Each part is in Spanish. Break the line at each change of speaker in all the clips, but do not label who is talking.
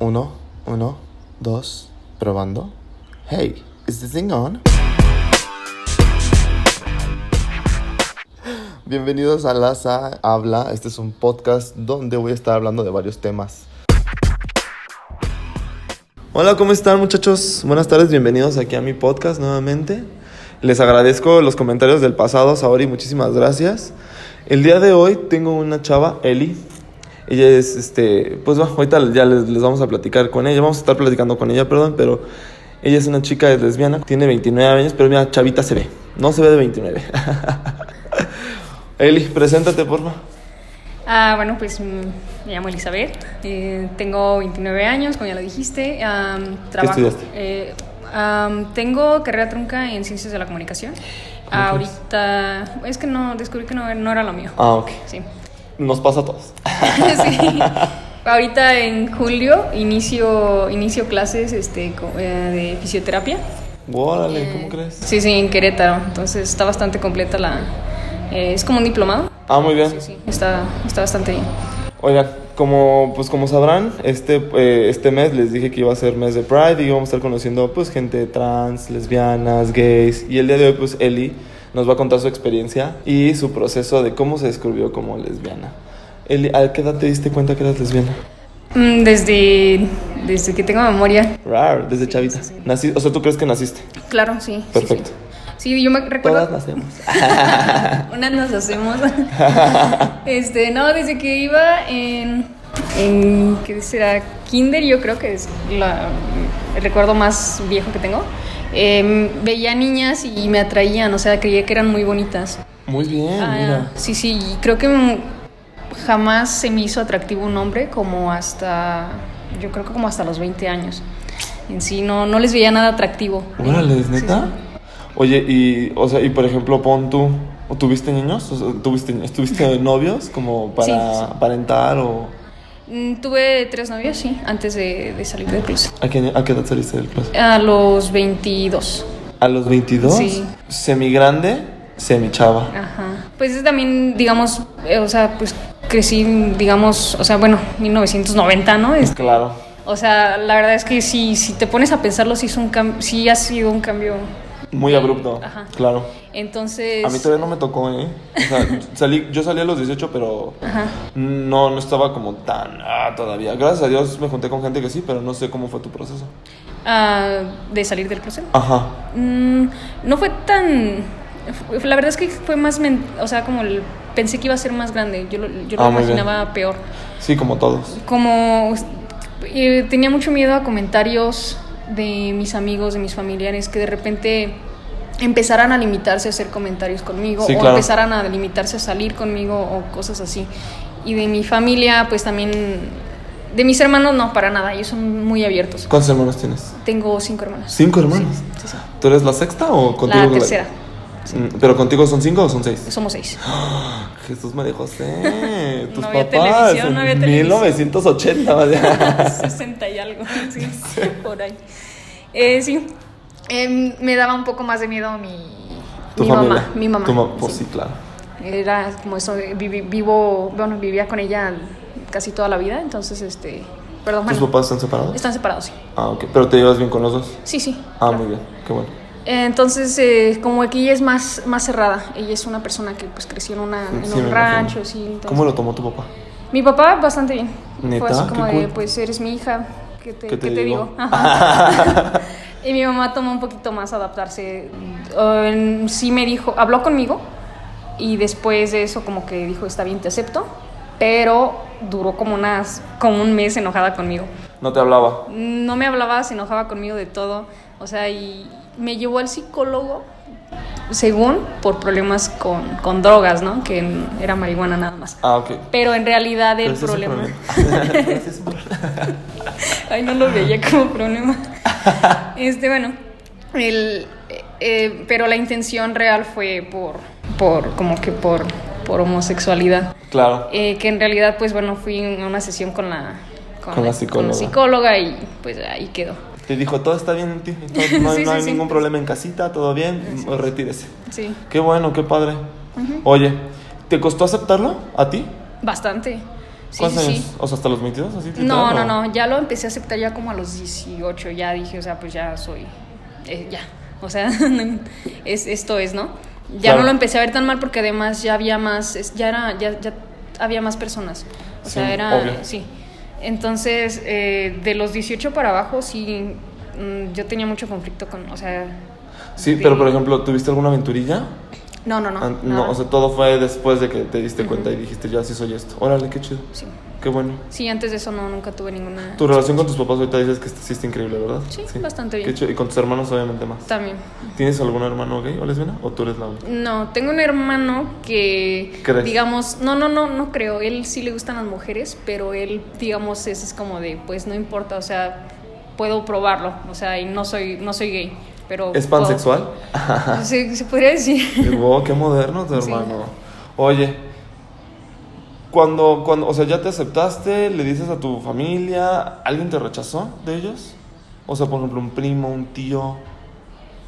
Uno, uno, dos, probando. Hey, is this thing on? Bienvenidos a Laza Habla. Este es un podcast donde voy a estar hablando de varios temas. Hola, ¿cómo están muchachos? Buenas tardes, bienvenidos aquí a mi podcast nuevamente. Les agradezco los comentarios del pasado, Saori, muchísimas gracias. El día de hoy tengo una chava, Eli. Ella es, este, pues va, ahorita ya les, les vamos a platicar con ella, vamos a estar platicando con ella, perdón, pero ella es una chica lesbiana, tiene 29 años, pero mira, chavita se ve, no se ve de 29. Eli, preséntate, porfa.
Ah, bueno, pues mm, me llamo Elizabeth, eh, tengo 29 años, como ya lo dijiste. am, trabajo,
estudiaste?
eh, am, tengo carrera trunca en Ciencias de la Comunicación. Ah, ahorita, es que no, descubrí que no, no era lo mío.
Ah, ok.
Sí.
Nos pasa a todos.
Sí. Ahorita en julio inicio, inicio clases este, co- eh, de fisioterapia. Eh,
Órale, ¿cómo crees?
Sí, sí, en Querétaro, entonces está bastante completa la... eh, es como un diplomado.
Ah, muy bien.
Sí, sí, está, está bastante bien.
Oigan, como, pues como sabrán, este, eh, este mes les dije que iba a ser mes de Pride y íbamos a estar conociendo pues gente trans, lesbianas, gays. Y el día de hoy pues Eli nos va a contar su experiencia y su proceso de cómo se descubrió como lesbiana. Eli, ¿a qué edad te diste cuenta que eras lesbiana?
Mm, Desde, desde que tengo memoria.
Rar, desde chavita.
sí, sí.
Nací- o sea, ¿tú crees que naciste?
Claro, sí. sí,
Perfecto.
Sí, Sí, yo me
Todas
recuerdo.
nacemos.
Unas nos hacemos. este, no, desde que iba en. en ¿Qué será? Kinder, yo creo que es la- el recuerdo más viejo que tengo. Em, veía niñas y me atraían, o sea, creía que eran muy bonitas.
Muy bien,
Ah,
mira.
Sí, sí, y creo que mm, jamás se me hizo atractivo un hombre como hasta, yo creo que como hasta los 20 años. En sí, no, no les veía nada atractivo.
Órale,
Sí,
¿neta?
sí.
Oye, y, o sea, y por ejemplo, pon tú, ¿o ¿tuviste niños? O sea, ¿tuviste, ¿Estuviste novios como para
Sí, sí.
aparentar o...?
Mm, Tuve tres novios, sí, antes de, de salir del closet.
¿A qué, a qué edad saliste del closet?
A los 22.
¿A los 22?
Sí.
Semi grande, semi chava.
Ajá. Pues es también, digamos, eh, o sea, pues crecí, digamos, o sea, bueno, 1990, ¿no? Es-
Claro.
o sea, la verdad es que si, si te pones a pensarlo, sí, es un cam- sí ha sido un cambio.
Muy abrupto.
Ajá.
Claro.
Entonces...
A mí todavía no me tocó, ¿eh? O sea, salí, yo salí a los 18, pero
Ajá.
no, no estaba como tan ah, todavía. Gracias a Dios me junté con gente que sí, pero no sé cómo fue tu proceso.
Ah, de salir del closet.
Ajá.
Mm, no fue tan. fue- La verdad es que fue más. men- o sea, como el- pensé que iba a ser más grande. Yo lo, yo lo
Ah, muy bien.
imaginaba peor.
Sí, como todos.
Como. eh, tenía mucho miedo a comentarios de mis amigos, de mis familiares, que de repente empezaran a limitarse a hacer comentarios conmigo
Sí,
o
claro.
empezaran a limitarse a salir conmigo o cosas así. Y de mi familia, pues también. De mis hermanos, no, para nada. Ellos son muy abiertos.
¿Cuántos hermanos tienes?
Tengo cinco hermanos.
¿Cinco hermanos?
Sí, sí.
¿Tú eres la sexta o contigo?
la tercera.
Mm, ¿Pero contigo son cinco o son seis?
Somos seis.
Jesús María José, tus
No había
papás.
televisión, no había
en
televisión.
1980, vaya.
60 y algo, sí, por ahí. Eh, sí, Em, me daba un poco más de miedo mi, mi mamá. Mi mamá.
Tu ma- pues sí,
sí.
claro.
Era como eso, de vivi- vivo, bueno, vivía con ella casi toda la vida, entonces, este, perdón,
¿Tus
bueno,
papás están separados?
están separados, sí.
Ah, ok. Pero te llevas bien con los dos.
Sí, sí.
Ah,
claro.
muy bien. Qué bueno.
Entonces, eh, como que ella es más, más cerrada, ella es una persona que pues creció en, una, en
Sí, me
un
imagino.
rancho, sí. entonces-
¿Cómo lo tomó tu papá?
Mi papá bastante bien.
¿Neta?
Fue así como
Qué
de,
cool.
pues eres mi hija, ¿qué te,
¿Qué te
qué te
digo?
digo? Ajá. y mi mamá tomó un poquito más adaptarse. Eh, sí me dijo, habló conmigo y después de eso como que dijo, está bien, te acepto, pero duró como, unas, como un mes enojada conmigo.
No te hablaba.
No me hablaba, se enojaba conmigo de todo, o sea, y me llevó al psicólogo. Según por problemas con, con drogas, ¿no? Que era marihuana nada más.
Ah, ok.
Pero en realidad
Pero
el
ese es un
problema.
problema. Pero ese es un problema.
Ay, no lo veía como problema. Este, bueno, el, eh, eh, pero la intención real fue por, por como que por, por homosexualidad.
Claro.
Eh, que en realidad, pues bueno, fui a una sesión con la,
Con la psicóloga.
psicóloga y pues ahí quedó.
Te dijo, todo está bien en ti. No, no hay,
Sí,
no
sí,
hay
sí.
ningún problema en casita, todo bien. Retírese.
Sí,
Qué bueno, qué padre. Oye, ¿te costó aceptarlo a ti?
bastante. Sí,
¿Cuántos
sí,
años?
sí.
O sea, hasta los 22, así. te
No,
tratan,
no,
o-
no, ya lo empecé a aceptar ya como a los 18, ya dije, o sea, pues ya soy, eh, ya, o sea, es, esto es, ¿no? Ya
Claro.
no lo empecé a ver tan mal porque además ya había más, es- ya era, ya, ya había más personas, o
Sí,
sea, era,
obvio.
sí. Entonces, eh, de los 18 para abajo, sí, mm, yo tenía mucho conflicto con, o sea,
Sí,
de-
pero por ejemplo, ¿tuviste alguna aventurilla?
no, no, no.
An-
nada.
o sea, todo fue después de que te diste cuenta y dijiste, yo así soy esto. Órale, qué chido.
sí.
Qué bueno.
Sí, antes de eso no, nunca tuve ninguna...
Tu relación con tus papás ahorita dices que sí está increíble, ¿verdad?
Sí, bastante
Qué
bien.
chido. Y con tus hermanos obviamente más.
También.
¿Tienes algún hermano gay o lesbiana? ¿O tú eres la única?
No, tengo un hermano que,
¿Crees?
digamos, no, no, no, no creo. Él sí le gustan las mujeres, pero él, digamos, es, es como de, pues no importa, o sea, puedo probarlo, o sea, y no soy, no soy gay, pero
¿Es
puedo-
pansexual?
Se, se podría decir.
Wow, qué moderno tu
Sí.
hermano. Oye, cuando, cuando, o sea, ya te aceptaste, le dices a tu familia, ¿alguien te rechazó de ellos? O sea, por ejemplo, un primo, un tío,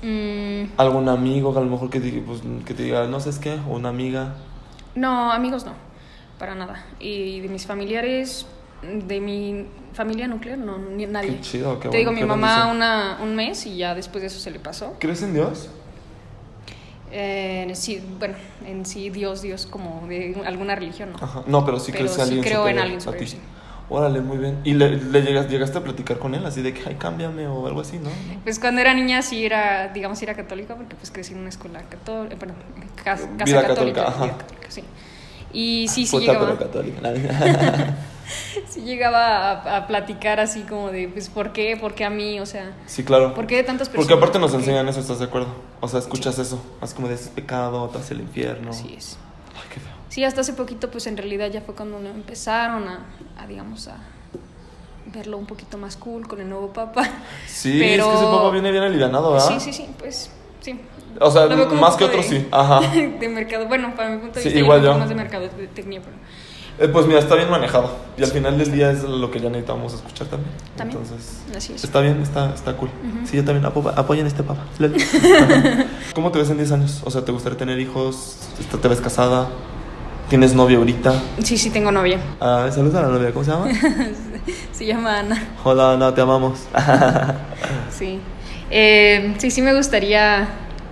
Mm,
algún amigo que a lo mejor que te, pues, que te diga, no sé es qué, o una amiga.
no, amigos, no, para nada. Y de mis familiares, de mi familia nuclear, no, ni- nadie.
Qué chido, qué
Te digo,
bueno, qué
mi mamá
bendición.
una, un mes y ya después de eso se le pasó.
¿Crees en Dios?
Eh, sí, bueno, en sí Dios, Dios como de alguna religión, ¿no?
Ajá. No, pero sí
Pero
crees
sí
en alguien
creo en
superior
alguien
a ti.
superior, sí.
Órale, muy bien. ¿Y le, le llegas, llegaste a platicar con él así de que, ay, cámbiame o algo así, no?
Pues cuando era niña sí era, digamos, sí era católica porque pues crecí en una escuela católica, bueno, en cas- casa,
Vida
católica,
católica,
vida
ajá.
católica, sí. Y sí, sí
Puta,
llegaba,
pero católica. la verdad.
sí llegaba a, a platicar así como de, pues, ¿por qué? ¿Por qué a mí? O sea,
sí, claro.
¿por qué de tantas personas?
Porque aparte nos
¿Por qué?
enseñan eso, ¿estás de acuerdo? O sea, escuchas eso. Es como de ese pecado, te hace el infierno.
Así es.
Ay, qué feo.
Sí, hasta hace poquito pues en realidad ya fue cuando empezaron a, a, digamos, a verlo un poquito más cool con el nuevo papá.
Sí,
Pero-
es que ese papá viene bien alivianado, ¿verdad?
Sí, sí, sí, pues sí.
O sea,
Lo veo como
más
un
que
poco
otros
de-
sí, ajá.
De mercado, bueno, para mi punto de
Sí,
vista,
igual
yo.
yo.
Más de mercadotecnia, pero
Eh, pues mira, está bien manejado. Y al final del día es lo que ya necesitamos escuchar también.
También.
Entonces,
así es.
está bien, está, está cool. Sí, yo también apo- apoyen a este papá. Lol. ¿Cómo te ves en 10 años? O sea, ¿te gustaría tener hijos? ¿Te- ¿Te ves casada? ¿Tienes novio ahorita?
Sí, sí, tengo novia.
Ah, saludos a la novia, ¿cómo se llama?
Se llama Ana.
Hola, Ana, te amamos.
Sí. Eh, sí, sí me gustaría.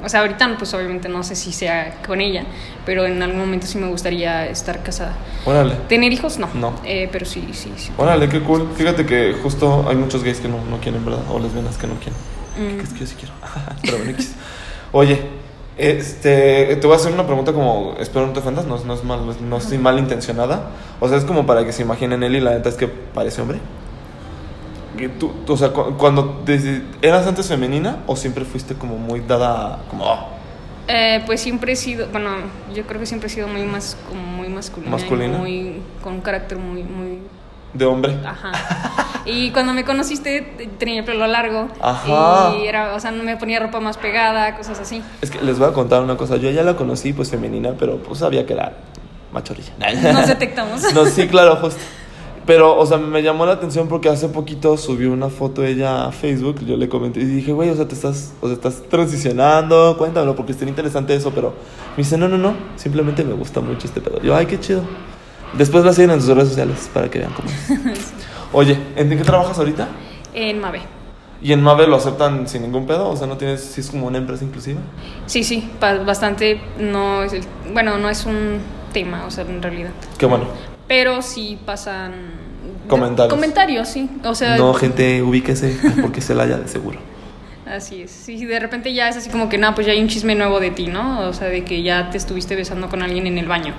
O sea, ahorita, pues obviamente no sé si sea con ella, pero en algún momento sí me gustaría estar casada.
Órale.
¿Tener hijos? No.
No.
Eh, pero sí, sí, sí.
Órale, qué cool. Fíjate que justo hay muchos gays que no, no quieren, ¿verdad? O lesbianas que no quieren.
Mm.
Que es que yo sí quiero. Pero bueno, X. Oye, este, te voy a hacer una pregunta como, espero no te ofendas, no, no, es mal, no soy malintencionada. O sea, es como para que se imaginen él y la neta es que parece hombre. Que tú, tú, o sea, cu- cuando desde- eras antes femenina o siempre fuiste como muy dada, a- como "Ah"?
Eh, pues siempre he sido, bueno, yo creo que siempre he sido muy más, como muy masculina, y
Masculina.
muy con un carácter muy, muy
de hombre.
Ah. Ajá. Y cuando me conociste te- tenía el pelo largo.
Ajá.
Y era, o sea, me ponía ropa más pegada, cosas así.
Es que les voy a contar una cosa. Yo ya la conocí, pues femenina, pero pues sabía que era machorilla.
Nos detectamos.
No, sí, claro, justo. Pero, o sea, me llamó la atención porque hace poquito subió una foto ella a Facebook. Yo le comenté y dije, güey, o sea, te estás, o sea, estás transicionando. Cuéntamelo porque está interesante eso. Pero me dice, no, no, no. Simplemente me gusta mucho este pedo. Yo, ay, qué chido. Después la siguen en sus redes sociales para que vean cómo es. Oye, ¿en qué trabajas ahorita?
En Mave.
¿Y en Mave lo aceptan sin ningún pedo? O sea, ¿no tienes, si es como una empresa inclusiva?
Sí, sí, pa- bastante. No es el- bueno, no es un tema, o sea, en realidad.
Qué bueno.
Pero sí pasan. de-
Comentarios.
Comentarios, sí. O sea.
No, gente, ubíquese porque se la haya de seguro.
Así es. Sí, sí, de repente ya es así como que, no, pues ya hay un chisme nuevo de ti, ¿no? O sea, de que ya te estuviste besando con alguien en el baño.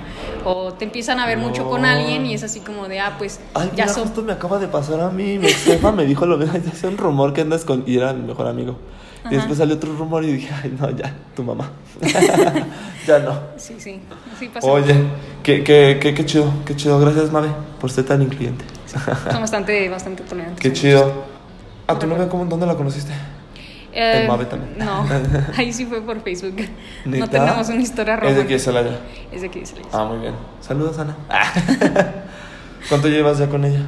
O te empiezan a ver mucho con
No.
alguien y es así como de, ah, pues
Ay,
ya
mira,
so-
justo me acaba de pasar a mí. Mi jefa me dijo lo mismo. Es un rumor que andas con. Y era mi mejor amigo. Y
Ajá.
después salió otro rumor y dije, ay, no, ya, tu mamá. ya no.
Sí, sí, sí pasa.
Oye, qué, qué, qué, qué chido, qué chido. Gracias, Mabe, por ser tan incluyente.
Son bastante, bastante tolerantes.
Qué chido. ¿A tu novia cómo, dónde la conociste?
Eh,
En Mave también.
No, ahí sí fue por Facebook. No
¿Neta?
tenemos una historia
Es de
romántica.
aquí, de Celaya.
Es de aquí, de Celaya.
Ah, muy bien. Saludos, Ana. ¿Cuánto llevas ya con ella?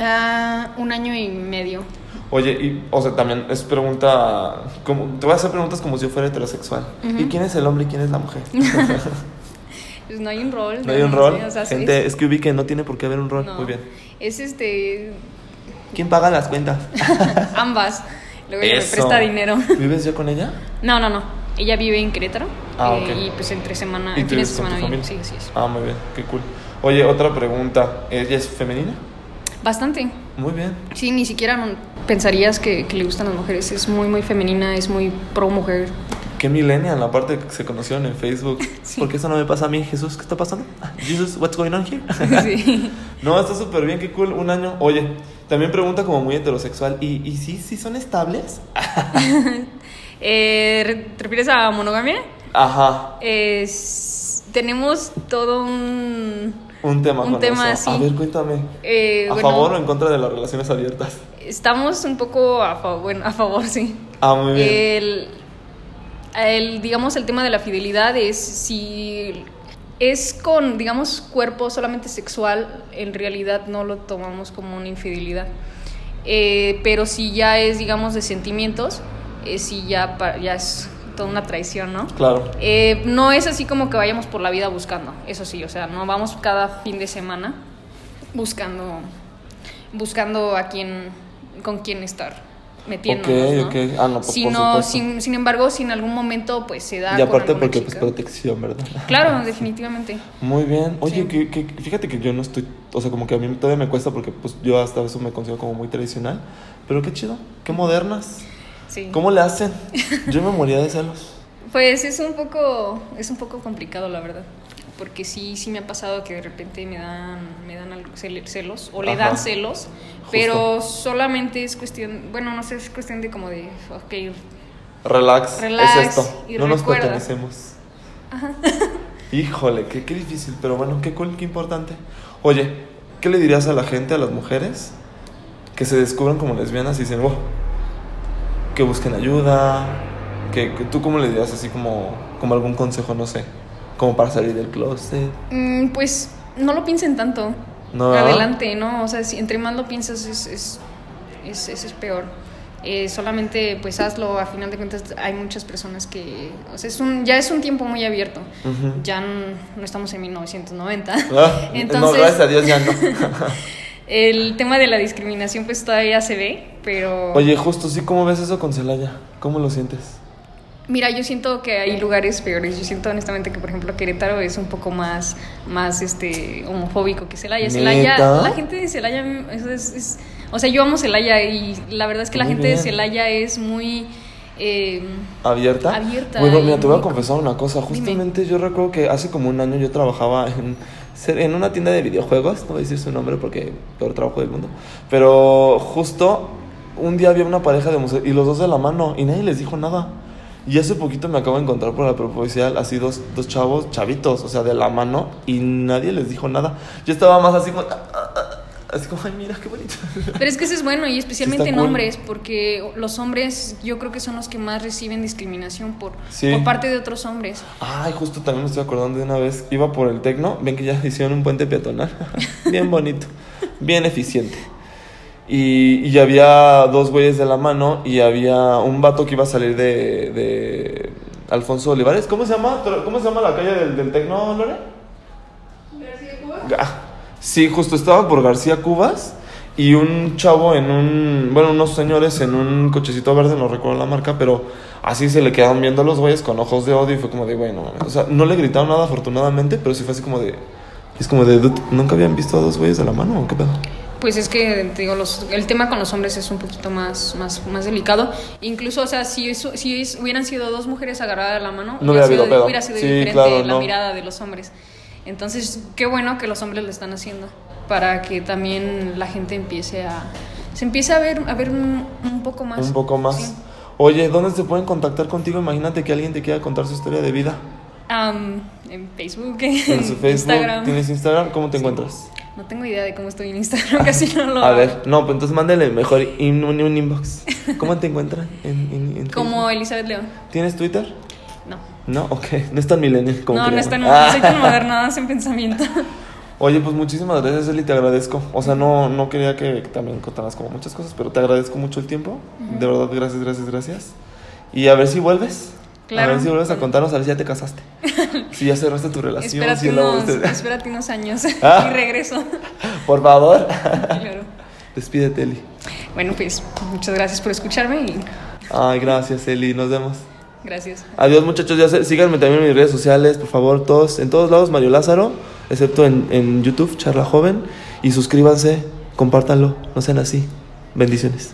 Ah, un año y medio.
Oye, y, o sea, también es pregunta. Como, te voy a hacer preguntas como si yo fuera heterosexual. ¿Y quién es el hombre y quién es la mujer?
Pues no hay un rol.
No hay un
digamos,
rol.
¿eh? O sea, sí,
Gente,
es,
es que ubiquen, no tiene por qué haber un rol.
no.
Muy bien.
Es este.
¿Quién paga las cuentas?
Ambas. Luego ella me
Eso.
presta dinero.
¿Vives ya con ella?
No, no, no. Ella vive en Querétaro.
Ah,
eh,
ok.
Y pues entre semana,
¿Y
en
tú
fines
vives
de
con tu
semana viene.
familia?
Sí, sí, sí.
Ah, muy bien, qué cool. Oye, otra pregunta. ¿Ella es femenina?
Bastante.
Muy bien.
Sí, ni siquiera no- pensarías que, que le gustan las mujeres. Es muy, muy femenina, es muy pro mujer.
Qué millennial, la parte que se conocieron en Facebook. ¿Por qué eso no me pasa a mí? Jesús, ¿qué está pasando? Jesús, what's going on here?
sí.
No, está súper bien, qué cool, un año. Oye, también pregunta como muy heterosexual. ¿Y, y sí, sí son estables?
Eh, ¿Te refieres a monogamia?
Ajá,
Es- tenemos todo un...
un tema
Un
con
tema
eso. A
así.
ver, cuéntame.
eh,
¿A
bueno,
favor o en contra de las relaciones abiertas?
Estamos un poco a, fa- bueno, a favor, sí.
Ah, muy bien.
El, el, digamos, el tema de la fidelidad es si es con, digamos, cuerpo solamente sexual, en realidad no lo tomamos como una infidelidad. Eh, pero si ya es, digamos, de sentimientos, eh, si ya, pa- ya es toda una traición, ¿no?
Claro.
Eh, no es así como que vayamos por la vida buscando, eso sí, o sea, no vamos cada fin de semana buscando, buscando a quién, con quién estar metiéndonos,
Ok,
¿no?
ok. Ah, no, pues,
Si
por
no-
supuesto.
sin, sin embargo, si en algún momento pues se da
Y aparte
con alguna
porque pues
chica.
protección, ¿verdad?
Claro, definitivamente.
Muy bien. Oye,
Sí.
que, que- fíjate que yo no estoy, o sea, como que a mí todavía me cuesta porque pues yo hasta eso me considero como muy tradicional, pero qué chido, qué modernas.
Sí.
¿Cómo le hacen? Yo me moría de celos.
Pues es un poco es un poco complicado la verdad, porque sí sí me ha pasado que de repente me dan me dan algo- cel- celos o le
Ajá.
dan celos, pero solamente es cuestión, bueno, no sé, es cuestión de como de ok,
Relax,
Relax
es esto.
y
no nos
recuerda.
pertenecemos. Híjole, qué, qué difícil, pero bueno, qué cool, qué importante. Oye, ¿qué le dirías a la gente, a las mujeres que se descubran como lesbianas y dicen, wow, que busquen ayuda? Que, que- ¿Tú cómo le dirías así como, como algún consejo, no sé? Como para salir del closet.
mm, pues no lo piensen tanto.
No, ¿verdad?
Adelante, ¿no? O sea, si entre más lo piensas es, es, es, es- es peor. Eh, solamente pues hazlo, a final de cuentas hay muchas personas que, o sea, es un, ya es un tiempo muy abierto.
Ujú.
ya n- no estamos en 1990.
Ah, no, gracias a
Entonces,
Dios ya no.
el tema de la discriminación pues todavía se ve, pero
Oye, justo, sí, ¿cómo ves eso con Celaya? ¿Cómo lo sientes?
mira, yo siento que hay lugares peores. Yo siento honestamente que por ejemplo Querétaro es un poco más más este homofóbico que Celaya. Celaya,
¿Neta?
la gente de Celaya mm, es, es- es- o sea, yo amo Celaya y la verdad es que la
Muy
gente de
bien.
Celaya es muy eh,
¿Abierta?
Abierta
Bueno,
y
mira, te voy a
muy-
confesar una cosa.
Dime.
Justamente yo recuerdo que hace como un año yo trabajaba en, ser- en una tienda de videojuegos. No voy a decir su nombre porque peor trabajo del mundo. Pero justo un día había una pareja de mujeres y los dos de la mano y nadie les dijo nada. Y hace poquito me acabo de encontrar por la provincial así dos, dos chavos, chavitos, o sea, de la mano y nadie les dijo nada. Yo estaba más así como... "Ah, ah, ah", Así como, ay, mira, qué bonito.
Pero es que eso es bueno, y especialmente
Sí,
en
está cool.
hombres, porque los hombres yo creo que son los que más reciben discriminación por,
Sí.
por parte de otros hombres.
Ay, justo también me estoy acordando de una vez. Iba por el Tecno, ven que ya hicieron un puente peatonal. bien bonito, bien eficiente. Y, y había dos güeyes de la mano y había un vato que iba a salir de, de Alfonso Olivares. ¿Cómo se llama? ¿Cómo se llama la calle del, del Tecno, Lore? Ga- Sí, justo estaba por García Cubas y un chavo en un, bueno, unos señores en un cochecito verde, no recuerdo la marca, pero así se le quedaban viendo a los güeyes con ojos de odio y fue como de, bueno, mames. o sea, no le gritaron nada afortunadamente, pero sí fue así como de, es como de, "Dude, ¿nunca habían visto a dos güeyes de la mano o qué pedo?
Pues es que te digo, los, el tema con los hombres es un poquito más, más, más delicado. Incluso, o sea, si, eso- si es- hubieran sido dos mujeres agarradas de la mano,
No hubiera
sido,
habido pedo.
hubiera sido
Sí,
diferente
claro,
la
no.
mirada de los hombres. Entonces, qué bueno que los hombres lo están haciendo para que también la gente empiece a... Se empiece a ver, a ver un, un poco más.
Un poco más.
Sí.
Oye, ¿dónde se pueden contactar contigo? Imagínate que alguien te quiera contar su historia de vida.
Am, en Facebook,
En su Facebook,
Instagram.
¿tienes Instagram? ¿Cómo te encuentras?
No tengo idea de cómo estoy en Instagram, casi no lo
A
hago.
ver, no, pues entonces mándale mejor in- un, un inbox. ¿Cómo te encuentran en, en- en
Como
Facebook?
Elizabeth León.
¿Tienes Twitter?
No.
No, ok, no es tan millennial como
No, no
creíamos.
está en
Ah.
no soy tan moderna en pensamiento.
Oye, pues muchísimas gracias, Eli, te agradezco. O sea, no, no quería que también contaras como muchas cosas, pero te agradezco mucho el tiempo. De verdad, gracias, gracias, gracias. Y a ver si vuelves. A ver si vuelves a contarnos a ver si ya te casaste. si ya cerraste tu relación.
espérate,
si luego
unos,
usted-
espérate unos años
Ah.
y regreso.
Por favor.
Claro.
Despídete, Eli.
Bueno, pues muchas gracias por escucharme y
Ay, gracias, Eli. Nos vemos.
gracias.
Adiós, muchachos. Ya sé- síganme también en mis redes sociales, por favor, todos. En todos lados, Mario Lázaro, excepto en, en YouTube, Charla Joven. Y suscríbanse, compártanlo. No sean así. Bendiciones.